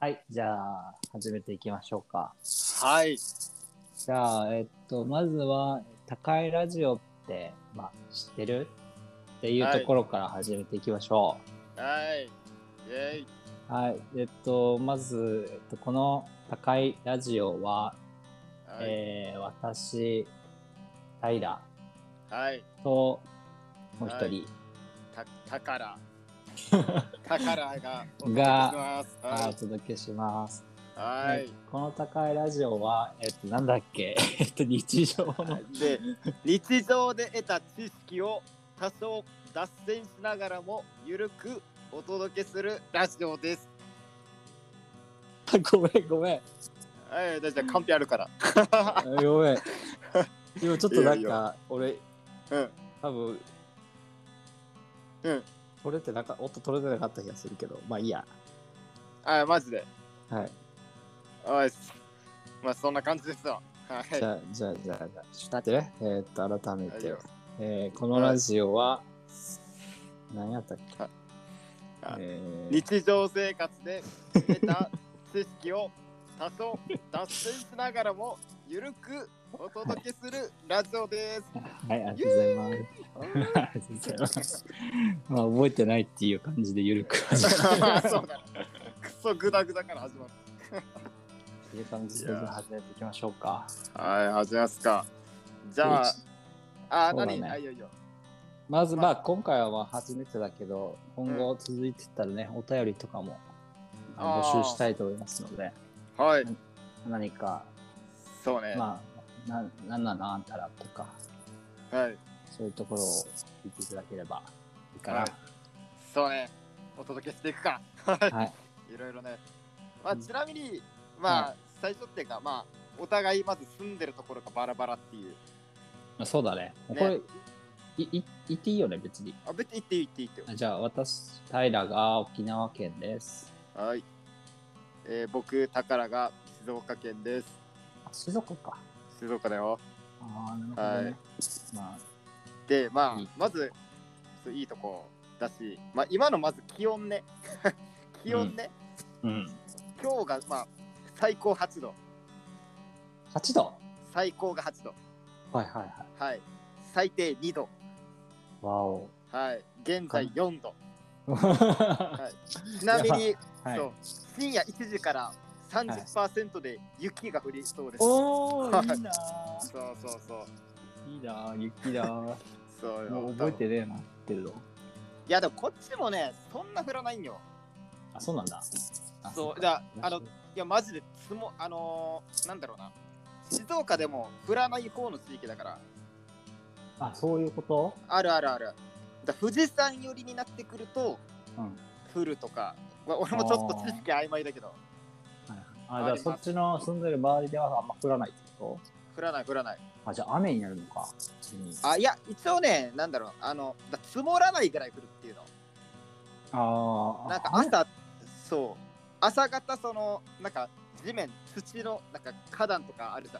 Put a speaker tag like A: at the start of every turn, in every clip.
A: はい、じゃあ始めていきましょうか。
B: はい。
A: じゃあ、えっと、まずは、高いラジオって、まあ、知ってるっていうところから始めていきましょ
B: はい。イェイ。
A: う。はい、えっと、まず、えっと、この高いラジオは、
B: はい。
A: えー私、平
B: はい。
A: と、もう一人、
B: はいた、宝。 宝が。
A: が。あ
B: は
A: お届けします。
B: い。はい。
A: この高いラジオは、えっと、なんだっけ、 えっと、日常の、
B: で、日常で得た知識を多少脱線しながらも、ゆるくお届けするラジオです。
A: ごめん、ごめん。
B: はい、じゃあ、カンペあるから。
A: あごめん。今ちょっとないん
B: やい
A: か、俺、
B: うん。
A: 多分、
B: うん。
A: 取れてなか音取れてなかった気がするけど、まあいいや。
B: はい、マジで。
A: はい。
B: はい。まあ、そんな感じですわ。はい。
A: じゃあ、じゃあ、じゃあ、じゃあ、ちょっと待ってね。えーっと、改め
B: 大
A: て
B: 丈、
A: えーこのラジオは、何やったっけ
B: はいあ
A: えー
B: 日常生活で得た知識を多少脱線しながらもゆるくお届けするラジオです。
A: はい、ありがとうございます。ありがとうござい ます。 まあ、覚えてないっていう感じでゆるく始まる
B: そうだ。くそグダグダから始まる。
A: って いう感じで始めていきましょうか。
B: はい、始めますか。じゃあ、あ、
A: そうだね
B: 何、あ、いいよいいよ。
A: まず、ま
B: ま
A: あ、今回はまあ初めてだけど、今後続いてったらね、お便りとかもあの
B: あー
A: 募集したいと思いますので、
B: はい、
A: 何か、
B: そうね。
A: まあ、ななんなのあんたらとか、
B: はい、
A: そういうところを聞いていただければいいかな。
B: はいそうね。お届けしていくか。
A: はい。
B: いろいろね。まあ、ちなみに、まあ、最初っていうか、まあ、お互いまず住んでるところがバラバラっていう。
A: まあそうだね。こ
B: ね
A: れ、いい言っていいよね、別に。
B: あ、別に言っていい言っていいってよ。
A: あじゃあ、私、平が沖縄県です。
B: はい。えー、僕、宝が静岡県です。
A: あ静岡か。
B: 静岡だよ。
A: ああ、なるほどね。まあ、
B: で、まあ、
A: いい
B: まず、そういいとこだし、まあ、今のまず気温ね。 気温ね、
A: うん。
B: 今日が、まあ、最高8度。
A: 8度
B: 最高が8度。
A: はいはいは
B: はい。最低2度。
A: い。わお。
B: はい。現在4度。
A: は
B: ちなみに、
A: い
B: そう、深夜1時から30%で雪が降りそうです。
A: お
B: はい
A: ー、いいな
B: そうそうそう。
A: ー。いいなー、雪 だー。
B: そうよ。
A: もう覚えてねえな、ってるの。
B: いや、でもこっちもね、そんな降らないんよ。
A: あ、そうなんだ。あ
B: そう
A: っか
B: じゃああのいや、マジでつも、あのー、なんだろうな。静岡でも降らない方の地域だから、
A: あ、そういうこと
B: あるあるある。だ富士山寄りになってくると、
A: うん。はい
B: 降るとか、まあ俺もちょっと知識曖昧だけど、
A: はいあ、じゃ
B: あ
A: あ
B: ります
A: そっちの住んでる周りではあんま降らないってこ
B: 降らない降らない。
A: とあ、じゃあ雨になるのか。普通に
B: あ、いや、一応ね、なんだろう、あの、だ積もらないぐらい降るっていうの。
A: あー
B: なんか
A: あ雨
B: 朝、そう、朝方、その、なんか地面、土の、なんか花壇とかあるじ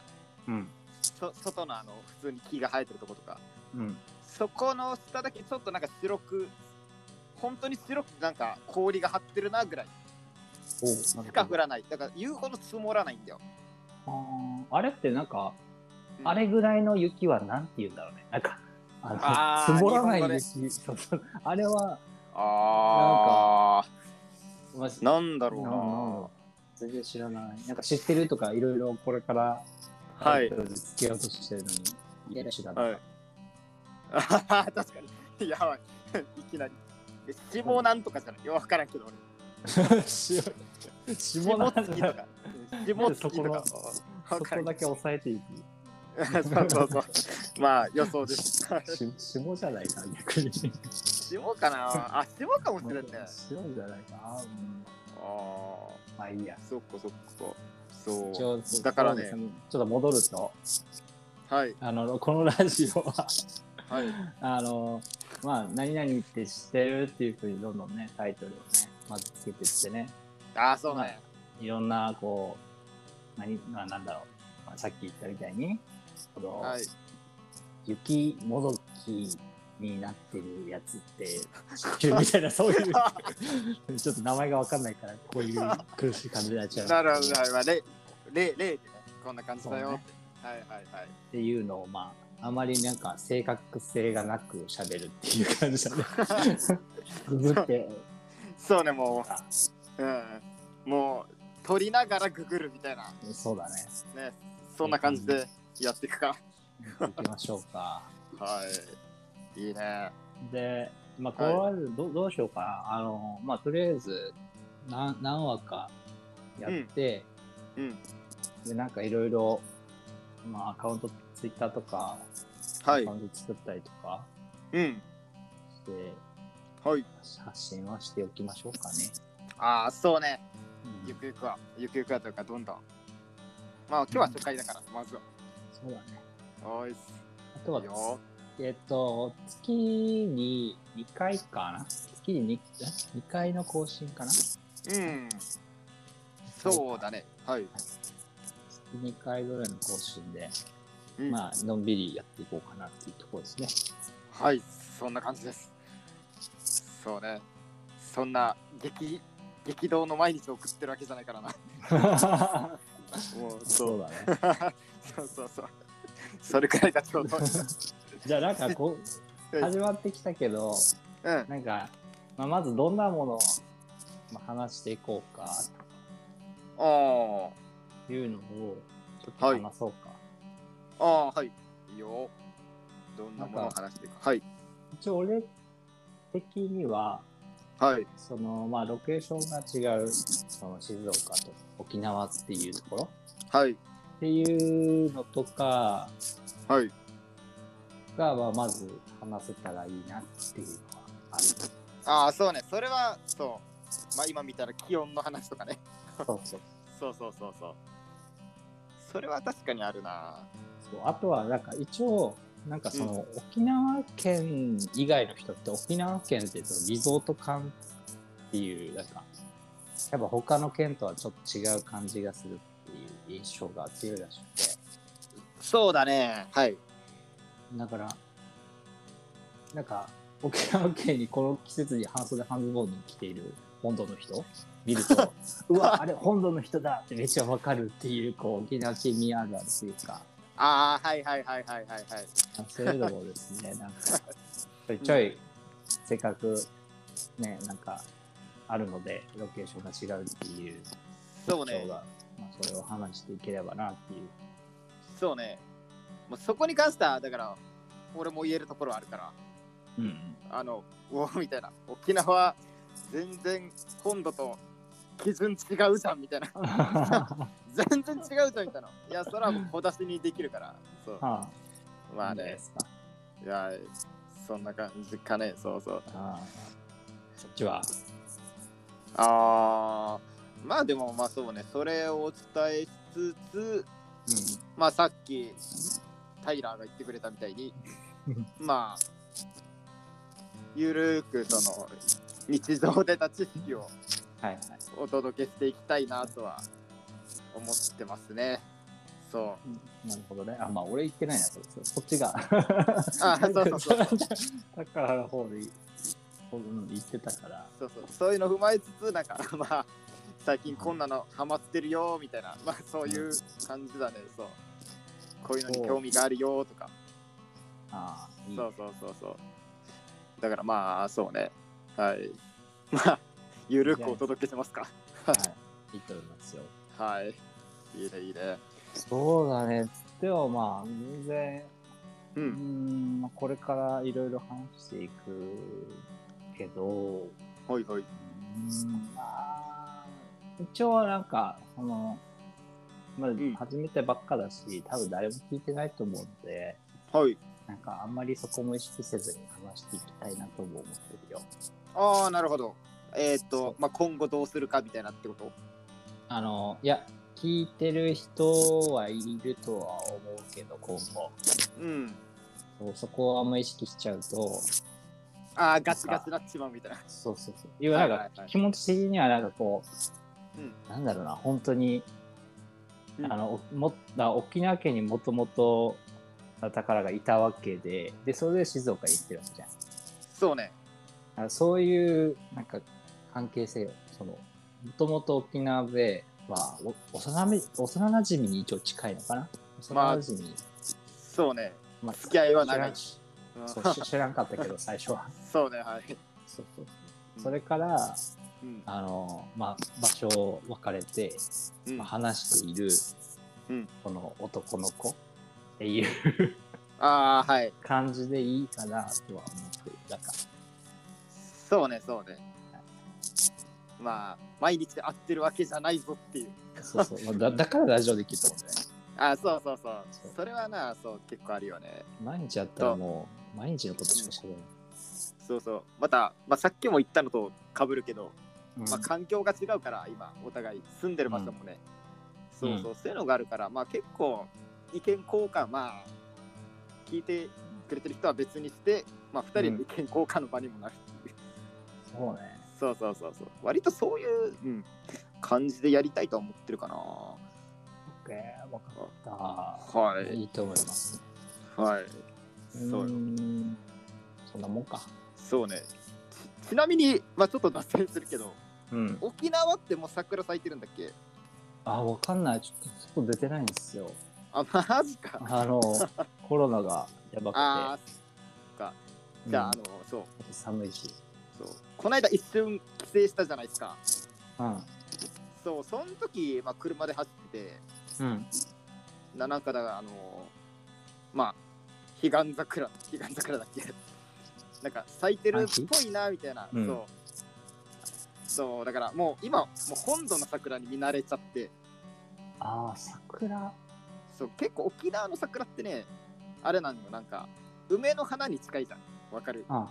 B: ゃん。
A: うん。
B: そ外のあの、普通に木が生えてるとことか。
A: うん。
B: そこの下だけちょっとなんか白く、本当に白くなんか氷が張ってるなぐらい
A: おう
B: し
A: なる
B: か
A: ほ
B: 降
A: ど
B: らない。だから言うほど積もらないんだよ。
A: あーあれってなんか、
B: うん
A: あれぐらいの雪はなんて言うんだろうね。なんか、あ
B: あ
A: の、
B: ー
A: 積もらない
B: 日本語で
A: 雪。そうそうあれは、
B: あ
A: まあ
B: あ、なんだ
A: ななんだろう全然知らない。なんか知ってるとかいろいろこれから
B: はい。
A: つけようとしてるのに、いろいろ知らない。
B: はい。あはは 確かに。やばい。いきなり。で下なんとかじゃない。よくわからんけど俺。
A: し
B: 下
A: なんだ
B: 月とか。下月とか。
A: そこだけ
B: わ
A: 抑えてい
B: からんそうそうそう。まあ予 想です。
A: く。し霜じゃないか、逆に。霜
B: 下かなあ、下かもしれんね。
A: じゃないか。あーうん
B: ああ。
A: まあいいや。
B: そっかそっか。
A: 一
B: そ
A: 応
B: だからね
A: そうですちょっと戻ると、
B: う。はい。
A: あの、このラジオは、
B: はい。
A: あの、まあ、何々って知ってるっていうふうにどんどんね、タイトルをね、まずつけてってね。
B: ああ、そうね。
A: いろんなこう何、まあ、なんだろう、まあ、さっき言ったみたいに、この
B: はい。
A: 雪もどきになってるやつって知ってるみたいなそういうちょっと名前がわかんないからこういう苦しい感じになっちゃう
B: なるほど、なるほど。例、例、例でね、こんな感じだ
A: そう
B: よ
A: ね。
B: はいはいはい。
A: っていうのをまああまりなんか正確性がなく喋るっていう感じだね。ググって
B: そうね、も
A: あ
B: う、うん。もう、撮りながらググるみたいな、
A: そうだね。
B: ね。そんな感じでやっていくか。
A: 行きましょうか。
B: はい。いいね。
A: で、まあ、これはどどうしようかな。あの、まあ、とりあえず何何話かやって、
B: うん。
A: で、なんかいろいろ、まあ、アカウント、ツイッターとか、
B: は
A: ア
B: い
A: カ。ウント作ったりとか
B: うん。
A: して、
B: はい。
A: 発信はしておきましょうかね。
B: ああ、そうね。
A: うん
B: ゆくゆくは、ゆくゆくはというか、どんどん。まあ、今日は初回だから、まずは。
A: そうだね。
B: おいっす。
A: あとは、
B: いいよ。
A: えっと、月に2回かな月に 2, 2回の更新かな
B: うん。そうだね。はい。
A: 月2回ぐらいの更新で、
B: うん
A: まあ、のんびりやっていこうかなっていうところですね。
B: はい、そんな感じです。そうね。そんな激激動の毎日を送ってるわけじゃないからな。も う
A: そ
B: そうう。
A: だね。
B: そうそうそう。それくらいがちょうどいい。
A: じゃあなんかこう、始まってきたけど、
B: うん。
A: なんか、まあ、まずどんなものをまあ話していこうか
B: あ
A: というのをちょっと
B: はい
A: 話そうか。
B: あ、ああー、はい。いいよ。どんなものを話していくか。はい。
A: 一応俺的には、
B: はい。
A: そのまあロケーションが違う、その静岡と沖縄っていうところ
B: はい。
A: っていうのとか
B: はい。
A: が、まあ、まず話せたらいいなっていうのはある。
B: ああ、そうね。それは、そう。まあ今見たら気温の話とかね。
A: そうそう
B: そうそうそうそう。それは確かにあるな。
A: そうあとはなんか一応なんかその沖縄県以外の人って沖縄県ってそのリゾート感っていうなんかやっぱ他の県とはちょっと違う感じがするっていう印象が強いらしくて
B: そうだね。はい。
A: だからなんか沖縄県にこの季節に半袖半ズボンに来ている本土の人見るとうわあれ本土の人だってめっちゃわかるっていうこう沖縄県民あるあるというか。
B: ああ、はいはいはいはいはいはい。
A: そういうのもです ね、なんか、ちょいちょい、せっかく、ね、なんか、あるので、ロケーションが違うっていう
B: そう
A: 特徴
B: ね、
A: が、まあ、それを話していければなっていう。
B: そうね。もうそこに関しては、だから、俺も言えるところあるから、
A: うん、
B: あの、おみたいな、沖縄、全然本土と基準違うじゃんみたいな、
A: は
B: 全然違うじゃんみたいな。いや、それはもう小出しにできるから、そう。
A: あ、い
B: まあ
A: いんじゃない
B: ね
A: で、すか。
B: いや、そんな感じかね、そうそう。
A: ああそっちは、
B: あー、まあでも、まあそうね、それをお伝えしつつ、
A: う
B: まあさっきタイラーが言ってくれたみたいに
A: うん
B: まあゆるーくその日常でた知識を
A: ん、はいはい。
B: お届けしていきたいなとは思ってますねそ
A: なるほどね。あ、まあ、俺言ってないな、それそれそっちが。
B: う あそうそうそう
A: だから、の方で、僕の言ってたから。
B: そうそうそういうの踏まえつつなんか まあ最近こんなのハマってるよみたいなまあそういう感じだねそうこういうのに興味があるよとか
A: ああ、いい
B: そうそうそうそう。だからまあ、そうね。はい。 まあ、ゆるくお届けしますか。
A: はい、いいと思いますよ。
B: はい。いいね、いいね。
A: そうだね。ではまあ、全然、う
B: う。
A: んん、これからいろいろ話していくけど、う
B: ほいほい。
A: ん、まあ、一応なんか、その、まあ
B: ん、
A: 始めてばっかだし、多分誰も聞いてないと思うので、
B: はい。
A: なんかあんまりそこも意識せずに話していきたいなとも思ってるよ。
B: ああ、なるほど。えーっと、まあ、今後どうするかみたいなってこと
A: あの、いや、聞いてる人はいるとは思うけど、今後。
B: うん。
A: そうそこをあんま意識しちゃうと、
B: ああ、ガチガチなっちまうみたいな。
A: そうそうそう。いや、なん
B: はい
A: か
B: はいはい
A: 気持ち的にはなんかこう、
B: うん
A: なんだろうな、本当に、
B: うん
A: あの、おもだ沖縄県にもともとの宝がいたわけででそれで静岡に行ってるわけじゃん
B: そうね。
A: だからそういうなんか関係性よそのもともと沖縄ではお幼め幼なじみに一応近いのかな幼
B: まあ
A: なじみ、
B: そうね。
A: まあ
B: 付き合いは長い
A: 知
B: うん
A: らん
B: そ
A: そう知知らんかったけど最初は
B: うね、はい。
A: そうそうそうそれから
B: うん、
A: あの、まあ、場所を分かれて、
B: うん
A: まあ、
B: あ
A: 話している、
B: うん
A: この男の子っていう
B: あー、はい。
A: 感じでいいかなとは思ってるなんか
B: そうね、そうね。まあ、毎日会ってるわけじゃないぞっていう。
A: そう そう、まあ、だだからラジオできると思うんだよね
B: あーそうそうそう
A: そう。
B: それはな、そう、結構あるよね。
A: 毎日やったらもう毎日のことしかしゃべ
B: そうそう。また、まあ、さっきも言ったのと被るけど、
A: ら
B: ま
A: な
B: あ、
A: い、
B: 環境が違うから、今、お互い住んでる場所もね。
A: うん
B: そうそう、そういうのがあるから、まあ、結構、意見交換、まあ、聞いてくれてる人は別にして、まあ、2人の意見交換の場に もなるっていう。
A: うん、そうね
B: そうそうそうそう。割とそういう、うん感じでやりたいとは思ってるかな。
A: OK 分かっ
B: は
A: た、い、いと思います
B: はい。
A: ー
B: そうよ
A: んそんなもんか
B: そうね。ちちなみに、まあちょっと脱線するけど、
A: うん
B: 沖縄ってもう桜咲いてるんだっけ
A: あ分かんないちょっと外出てないんですよ
B: あ、マジか。
A: あ のコロナがやばくて
B: ああ、そっか。じゃあ、
A: うん
B: あの、そう、
A: 寒いし
B: そう。この間一瞬帰省したじゃないですか。
A: うん
B: そう、その時、まあ車で走ってて、
A: うん
B: ななんかだからあのーまあ彼岸桜彼岸桜だっけ なんか咲いてるっぽいなみたいな、
A: うん
B: そうそうだからもう今もう本土の桜に見慣れちゃって
A: ああ桜
B: そう結構沖縄の桜ってねあれなのよなんか梅の花に近いじゃんわかる
A: あ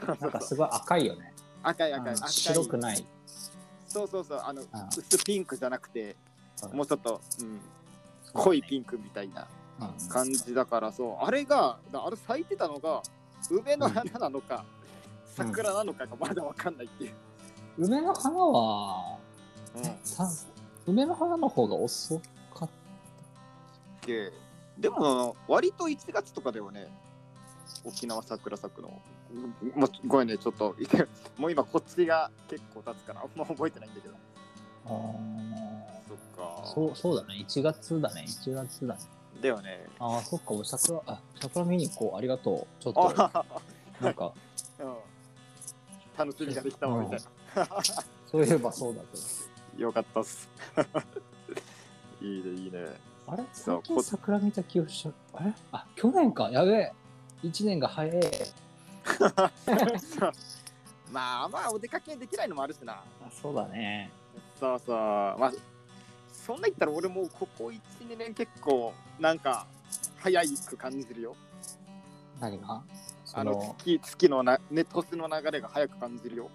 B: そう
A: な
B: そ
A: んか
B: うそ
A: す
B: う
A: ごい赤いよね
B: 赤い赤
A: う
B: い
A: ん
B: 赤い
A: 白くない
B: そうそうそうあの
A: あ
B: 薄ピンクじゃなくて
A: うん
B: もうちょっと、うん、濃いピ
A: ン
B: ンクみたいな
A: うん
B: 感じだからそうあれがだあれ咲いてたのが梅の花なのか、
A: うん
B: 桜なのかがまだわかんないっていう、
A: 梅の花はさ梅の花の方が遅かっ
B: ででも割と1月とかだよね沖縄桜咲くのもうごめんねちょっともう今こっちが結構経つからあんま覚えてないんだけど
A: たあ
B: そっか
A: そうそうだね1月だね1月だね
B: だよね
A: ああそっか俺桜あ桜見に行こうありがとうちょっ
B: あ
A: となんか
B: うん楽しみができたわみたい
A: そういえばそうだけど
B: なよかったっす いいねいいね
A: あれ
B: そう
A: 最近桜見た気がしちゃうあれあ去年かやべえ1年が早え
B: まああんまお出かけできないのもあるしな
A: あそうだね
B: そうそうまあそんな言ったら俺もうここ12年結構なんか早く感じるよ
A: 何が
B: あ
A: そ
B: の
A: の
B: 月月のな、ね、年の流れが早く感じ るよ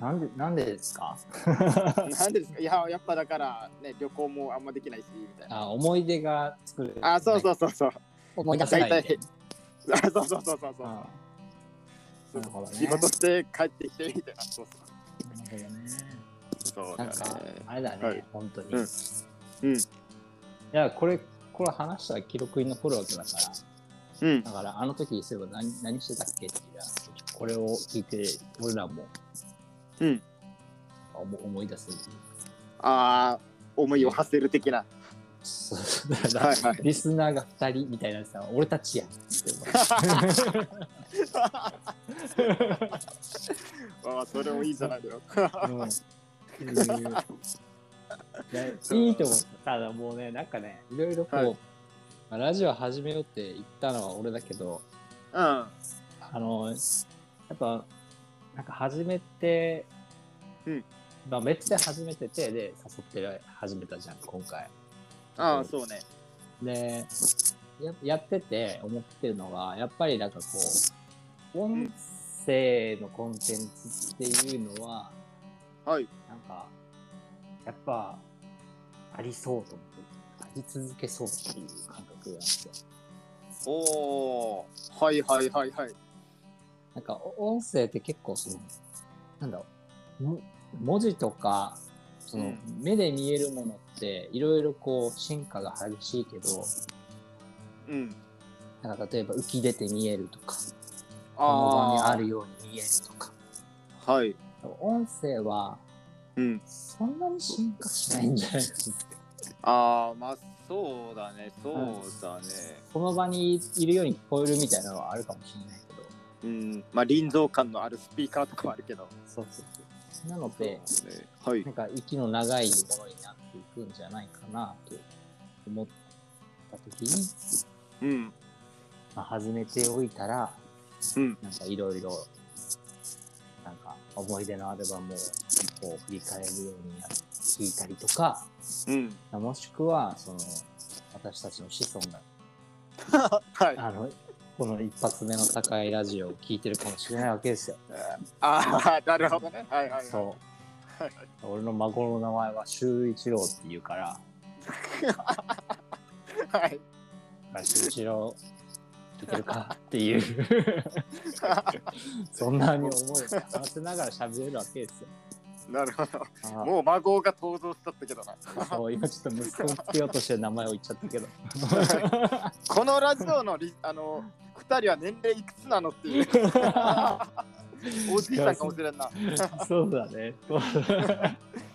A: なんでなんでですか
B: なんでですかいややっぱだからね旅行もあんまできないしみたいな
A: あ思い出が作る
B: あそうそううそうそう
A: 思い出せないみたいな
B: あ そうそうそうそうそう
A: あなるほどね
B: 仕事して帰ってきてみたいなそう
A: なるほどね
B: そうそう
A: な
B: だ
A: んか
B: ね
A: あれだね、
B: はい
A: 本当に、
B: うん
A: い
B: うん
A: やこれこれ話したら記録に残るわけだから
B: うん
A: だからあの時そういえば何何してたっけっていうやつこれを聞いて俺らも
B: うん
A: 思思い出す
B: ああ思いを馳せる的な
A: そうだから
B: はいはい
A: リスナーが2人みたいなさ俺たちやんって
B: ああそれもいいじゃないだよ
A: 思ううんいやいいと思ったただもうねなんかねいろいろこう、
B: はい
A: まあラジオ始めようって言ったのは俺だけど
B: うん
A: あの、やっぱ、なんか始めて、
B: うん
A: まあ、めっちゃ始めてて、で、誘って始めたじゃん、今回。
B: ああそうね
A: で、ややってて思ってるのが、やっぱりなんかこう、音声のコンテンツっていうのは、
B: はい
A: なんか、やっぱ、ありそうと思って、あり続けそうっていう感覚があって。
B: おーはいはいはいはい。
A: なんかお音声って結構その、なんだろう、も文字とか、その
B: うん
A: 目で見えるものっていろいろこう進化が激しいけど、
B: うん。
A: なんか例えば浮き出て見えるとかこの場に
B: あ
A: あ
B: あ
A: るように見えるとか
B: はい。
A: 音声は
B: うん。
A: そんなに進化しないんじゃないですか
B: ああ、まあ、そうだね。そうだね。
A: この場にいるように聞こえるみたいなのはあるかもしれないけど
B: うん。まあ、臨場感のあるスピーカーとかはあるけど。
A: そうそうそうなので
B: そうね。はい
A: な。んか息の長いものになっていくんじゃないかなと思った時に、
B: うん。
A: まあ、始めておいたら
B: うん。
A: なんかいろいろなんか思い出のアルバムをこう振り返るようにな聞いたりとか
B: うん。
A: もしくはその私たちの子孫が
B: はい。
A: あのこの一発目の高いラジオを聞いてるかもしれないわけですよ。
B: あ あ、なるほどね。はいはいはい。
A: そう俺の孫の名前は修一郎っていうから
B: はい。
A: あ修一郎聞いてるかっていう そんなに思いを話せながら喋れるわけですよ。
B: なるほど。
A: あ
B: もう孫が登場しちゃったけどな。
A: あそう今ちょっと息子をつけようとして名前を言っちゃったけど
B: このラジオのリ あの2人は年齢いくつなのっ ていう。おじいさんかもしれんな。
A: そうだね。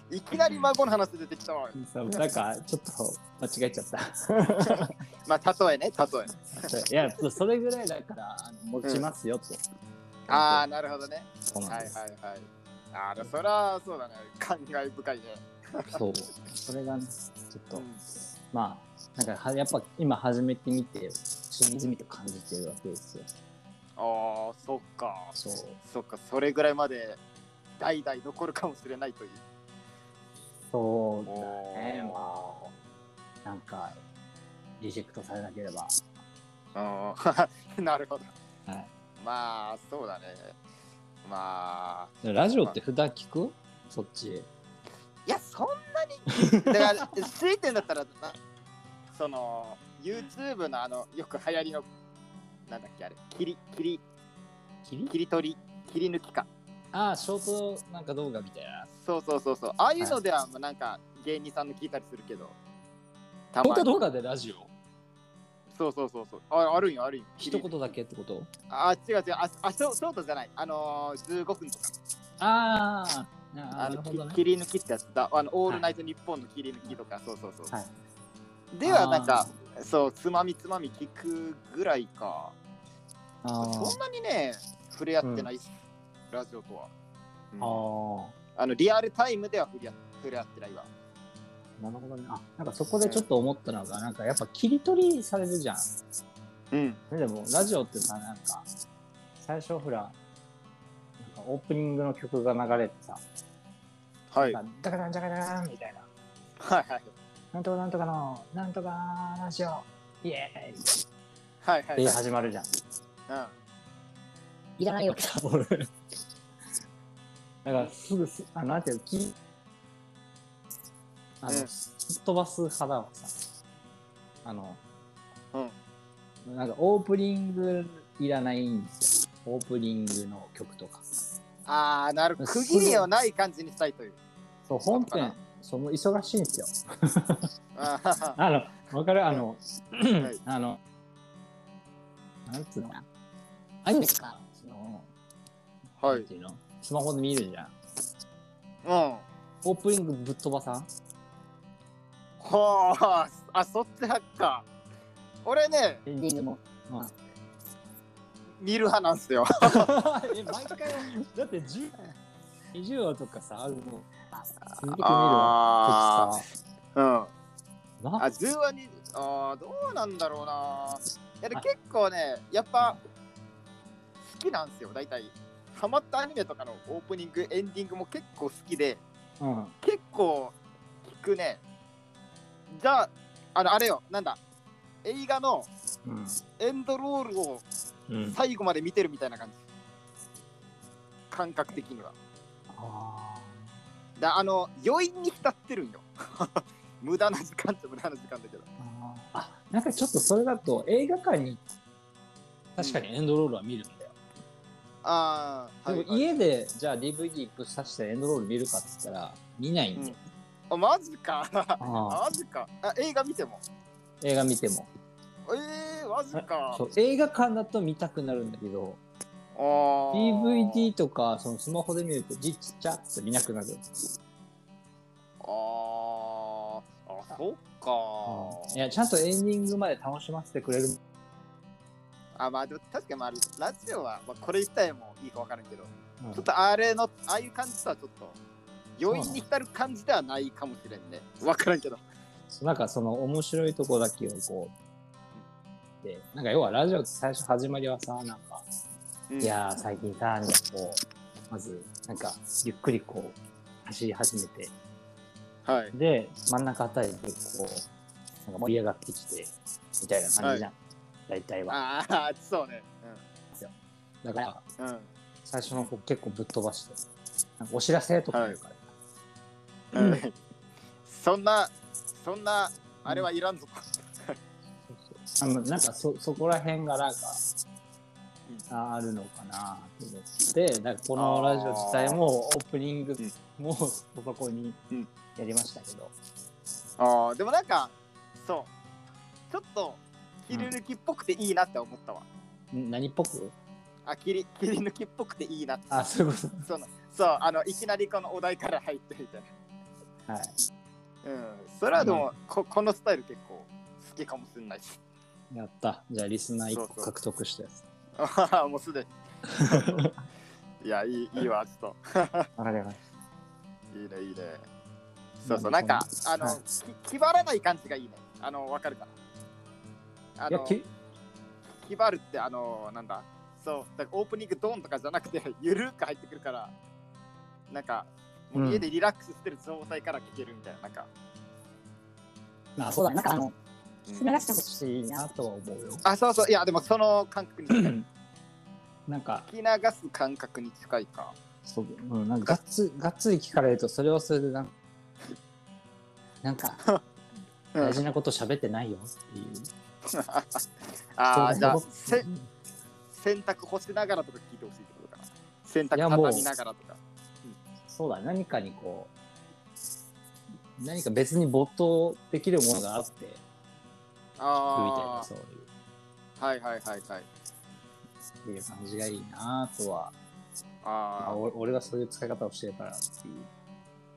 B: いきなり孫の話出てきたわ。
A: そうなんかちょっと間違えちゃった。
B: まあ、例えね、例え。
A: いやそれぐらいだからあの持ちますよと。
B: ああ、なるほどね。
A: そう
B: はい
A: なん
B: はい
A: です。
B: はい。ああ、そりゃそうだね。感慨深いね。
A: そう。それがねちょっと、
B: うん
A: まあなんかはやっぱ今始めてみてしみじみと感じてるわけですよ。
B: ああ、そっか。
A: そう。
B: そっか、それぐらいまで代々残るかもしれないという。
A: そう
B: おお
A: だね。まあなんかリジェクトされなければ。
B: あー なるほど。
A: はい。
B: まあ、そうだね。まあ、
A: ラジオって普段聞く？そっち。
B: いや、そんなに。だから、強いてんだったら、 なその、YouTube のあの、よく流行りの、なんだっけ、あれ、切り、切り、
A: 切り
B: 切り取り、切り抜きか。
A: ああ、ショートなんか動画みたいな。
B: そうそうそうそう。ああいうのでは、まあなんか、芸人さんの聞いたりするけど、た
A: ショー
B: ま
A: ト
B: に。
A: 動画でラジオ
B: そうそうそうそう。ああるんよ、あるんよ。切
A: 一
B: り
A: 言だけってこと
B: あ、違う違う。あ、あショショートじゃない。あのー、15分とか。
A: あーあー、な
B: あ
A: る
B: の、
A: ほど
B: き
A: ね。
B: 切り抜きってやつだ。あの、オールナイトニッポンの切り抜きとか、そうそうそう。
A: はい
B: では、
A: あー
B: なんか、そう、つまみつまみ聞くぐらいか。
A: あー
B: そんなにね、触れ合ってないっす、ラジオとは。うん
A: あー、
B: あの、リアルタイムでは触れ合触れ合ってないわ。
A: なるほどね。あ、なんかそこでちょっと思ったのが、なんかやっぱ切り取りされるじゃん。
B: うん。
A: ねでも、ラジオってさ、なんか、最初ほら、なんかオープニングの曲が流れてさ、
B: は
A: なんかダカダンダカダンみたいな、
B: はいはい。
A: なんとかなんとかの、なんとかラジオ、イエーイっ
B: はいはい。
A: て始まるじゃん。
B: うん
A: いらないよ。 俺だからすぐす、あなんていうの、きあの、
B: うん
A: すっ飛ばす派だわさ。あの、
B: うん。
A: なんかオープニングいらないんですよ。オープニングの曲とか。
B: ああ、なるほど。区切りをない感じにした いという。
A: そう、本
B: そうか
A: 編
B: な、
A: その忙しいんですよ。
B: あはは
A: あの、わかるあの、
B: はい
A: あの、なんつうのかな。アニメとか、その、
B: は
A: ないん。ていうのスマホで見るじゃん。
B: うん。は
A: オープニングぶっ飛ばさん
B: あ、あ、そっち派か。俺ね、
A: エンディングも。
B: 見る派なんすよ。
A: え毎回だって10 20話とかさあるの続けてみるわ
B: あ
A: 時
B: あ、うん。
A: さ
B: あ、
A: な
B: 10話に、あーどうなんだろうな。いや、で結構ね、やっぱ、好きなんすよ、大体。ハマったアニメとかのオープニング、エンディングも結構好きで、
A: うん
B: 結構聞くね。じゃあ、あの、あれよ、なんだ、映画のエンドロールを
A: うん、うん、
B: 最後まで見てるみたいな感じ感覚的には
A: あ
B: だあの余韻に浸ってるんよ 無駄な時間って無駄な時間だけど
A: ーあなんかちょっとそれだと映画館に確かにエンドロールは見るんだよ、
B: ああ、はい
A: でも
B: はい
A: 家でじゃあ DVD ぶっ刺してエンドロール見るかって言ったら見ないんだよ、
B: あマジか
A: あー
B: マジかあ映画見ても
A: 映画見ても
B: えー、マジか。
A: そう映画館だと見たくなるんだけど
B: あー
A: DVD とかそのスマホで見るとじちっちゃって見なくなる、
B: あーあ、そっか。
A: いやちゃんとエンディングまで楽しませてくれる
B: あ、まあ、でも確かに、まあ、ラジオは、まあ、これ自体もいいか分からんけど、
A: うん
B: ちょっとあれの、ああいう感じとはちょっと、余韻に浸る感じではないかもしれんね。分からんけど。
A: なんかその面白いとこだけをこうでなんか要はラジオって最初始まりはさなんか
B: うん
A: いやー、最近さ、みたいなこう、まず、なんか、ゆっくりこう、走り始めて、
B: はい。
A: で、真ん中あたりでこう、なんか盛り上がってきて、みたいな感じじゃん。大体は。
B: ああ、そうね。
A: だから、
B: うん。うん。
A: 最初のこう結構ぶっ飛ばして、なんかお知らせとかあるから、
B: うんそんな、そんな、あれはいらんぞ。
A: あのなんかそ、そこら辺がなんか
B: うん、
A: ああるのかなと思って、なんかこのラジオ自体もオープニング
B: うん
A: もそこに
B: うん
A: やりましたけど、
B: ああ、でもなんか、そう。ちょっと、切り抜きっぽくていいなって思ったわ。
A: ん何っぽく
B: あ、切り、切り抜きっぽくていいなって。
A: あ、そういうこ
B: そのそう、あの、いきなりこのお題から入ってみたい
A: と。はい。
B: な。うん。それはでも、ここのスタイル結構好きかもしれないし。
A: やった。じゃあ、リスナー1
B: そうそ
A: 個
B: う
A: 獲得したやつ。
B: ああ、もうすでに。い や、いい、いいわ、ちょっ
A: わかりまし
B: と。いいね、いいね。そうそう、なんか、あの、
A: はい
B: き気張らない感じがいいね。あの、わかるかな。あ
A: いや、
B: の、
A: き
B: 気張るって、あの、なんだ。そう、だからオープニングドーンとかじゃなくて、 ゆるーく入ってくるから、なんか、もう家でリラックスしてる状態から聞けるみたいな、なんか。
A: あ、そうだ、なんか、あの、
B: うん
A: 聞き流してほしいなとは思うよ。
B: あ、そうそう、いや、でもその感覚に近い。
A: なんか、
B: 聞き流す感覚に近いか。
A: そう、うん、なんか、がっつ、がっつり聞かれると、それはそれでなんか、なんか、大事なこと喋ってないよっていう。
B: ああ、じゃあ、
A: そう
B: せ洗濯干しながらとか聞いてほしいってことかな。洗
A: い
B: 濯
A: やもう
B: 畳みながらとか。
A: そうだ、何かにこう、何か別に没頭できるものがあって、みたいな、
B: あ
A: そういう
B: あ、はいはいはいはい。
A: っていう感じがいいなとは、あ
B: あー
A: お俺がそういう使い方をしてるからっていう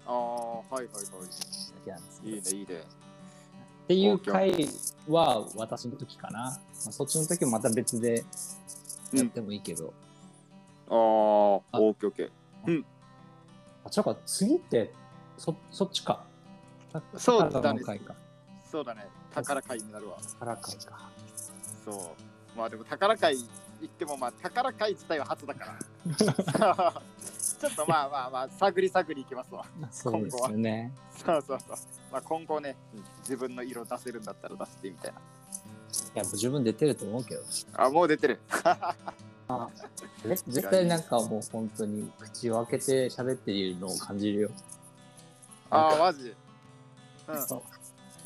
B: あー、はいはいは
A: だけなんですけ
B: い。
A: ど
B: いいね、いいね。
A: っていう回は私の時かな、まあ、そっちの時もまた別でやってもいいけど、
B: ああ、オ
A: あ
B: ーケーオーケー。
A: あそうか次ってそそっちかた
B: そうだね
A: 宝の回か
B: そうだね、宝会になるわ。
A: 宝回か
B: そう。まあでも宝会行ってもまあ宝会自体は初だから。ちょっとまあまあまあ探り探りいきますわ。
A: そうですよね
B: そうそうそう。まあ今後ね、自分の色出せるんだったら出してみたいな。
A: いやもう十分出てると思うけど
B: あ、もう出てる。
A: 絶対なんかもう本当に口を開けて喋っているのを感じるよ
B: あ
A: な
B: ー、
A: ん
B: マジ。うん。
A: か
B: あ
A: そ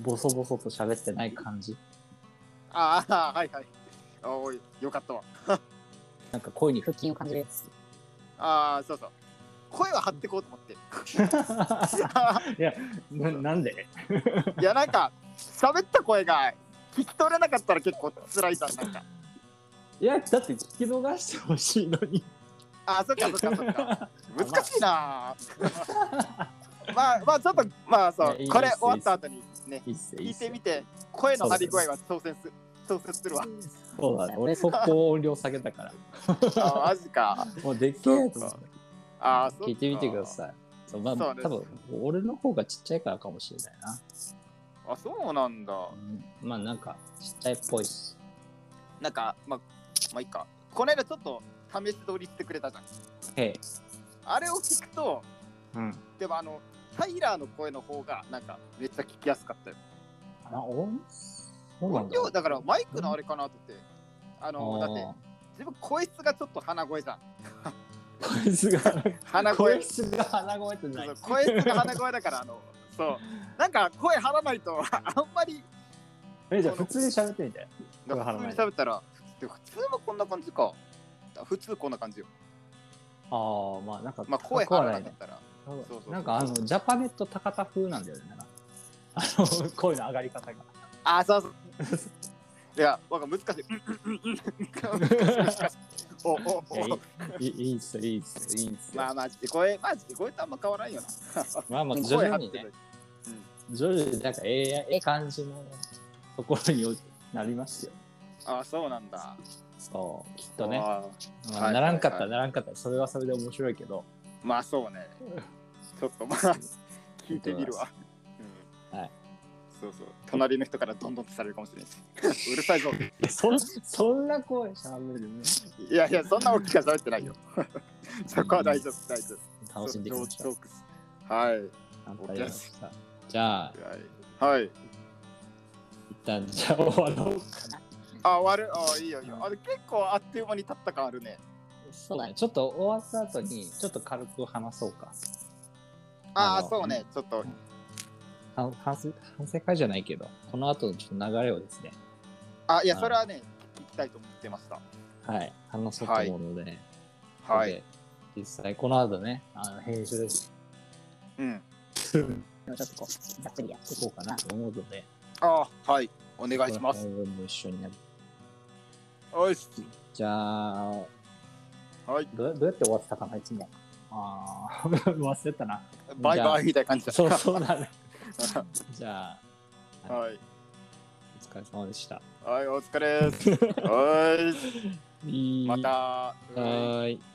A: うボソボソと喋ってない感じ
B: あー、はいはい。あおい、よかったわ。
A: なんか声に腹筋を感じる
B: ああ、そうそう。声は張ってこうと思って。
A: いや ななんで
B: いや、なんか、喋った声が聞き取れなかったら結構辛いじゃん、なんか。
A: いやだって聞き逃してほしいのに
B: あー、そっかそっかそっか。 難しいなぁまあまあちょっとまあそ
A: いやいいうです
B: これ終わった後にね
A: いいっすよい
B: 聞
A: い
B: い
A: っすよ
B: てみて声の張り具合は調節す調節するわ
A: そうだね。俺そこ音量下げたから。
B: あマジか
A: もうでっけえやつ
B: そうかあそっか
A: 聞いてみてください。そうまあ、
B: そうです
A: 多分俺の方がちっちゃいからかもしれないな。
B: あそうなんだ
A: うんまあなんかちっちゃいっぽいし。
B: なんかまあまあいいかこの間ちょっと試し撮りしてくれたじゃん
A: へえ。
B: あれを聞くと
A: うん。
B: でもあのタイラーの声の方がなんかめっちゃ聞きやすかったよ
A: あ、音そうなん
B: 音
A: だ。
B: 量だからマイクのあれかなってってあ
A: あ
B: のだって
A: ー
B: 自分声質がちょっと鼻声じゃん
A: こいつが、
B: 鼻
A: こ
B: 声
A: いつが鼻声ってない
B: そう。声質が鼻声だからあのそうなんか声張らないと あんまり
A: え、じゃあ普通に喋ってみて。
B: 普通
A: 声
B: に
A: 張らない
B: 喋ったらで普通はこんな感じか普通こんな感じよ
A: ああ、まあなんか、
B: まあ声
A: 怖
B: 張らなか
A: ね
B: っ。たら
A: なん
B: そう
A: か
B: そう
A: なんかあの、ジャパネット高 田風なんだよね。なんかあの、声の上がり方が。
B: あそうそう いや、わかん難しい。うんうんうんうん難しい難しいおお
A: え
B: お。
A: いいいいっすよいいっすよいいっすよ
B: まあまあ、自己声、まあ自己声とあんま変わらんよな。
A: まあまあ徐
B: 声張
A: 々
B: っ
A: に
B: て
A: ね
B: る。
A: 徐々になんかええええ感じのところになりますよ
B: ああ、そうなんだ。
A: そうきっとね
B: あー
A: まあ
B: はい
A: ならんかった、
B: はい
A: ならんかったそれはそれで面白い けど
B: まあそうね。ちょっとまあ、聞いてみるわ。うん
A: はい。
B: そうそう。隣の人からどんどんとされるかもしれないし。うるさいぞ。
A: そんそんな声しゃべるね
B: いやいや、そんな大きくは喋ってないよ。そこは大丈夫、大丈夫。
A: 楽しんでくださ
B: そうトークスはい。
A: いわかりましたじゃあ
B: はい。はい。
A: 一旦じゃあ終わろうかな
B: あ、終わる。あ、いいよ、いいよ。あれ結構あっという間に経った感あるね。
A: そうだねちょっと終わった後にちょっと軽く話そうか
B: あ
A: あ
B: あ、
A: の
B: そうね。ちょっと。
A: 反反省反省会じゃないけどこの後のちょっと流れをですね
B: あ、いや、
A: あ
B: それはね、聞きたいと思ってました。
A: はい話そうと思うので、
B: はい。
A: で実際この後ねあの編集でち
B: うん。
A: ょっとこうざっくりやっていこうかなと思うので
B: あーはい。お願いします。
A: この辺も一緒にやる
B: おいし。
A: じゃあ
B: はい。
A: どうどうやって終わってたかないつもああ 忘れたな
B: バイバイみたいな感じだ。
A: そうそうだね じゃあ
B: はい。
A: お疲れ様でした
B: はい、お疲れです。はい。また。
A: はーい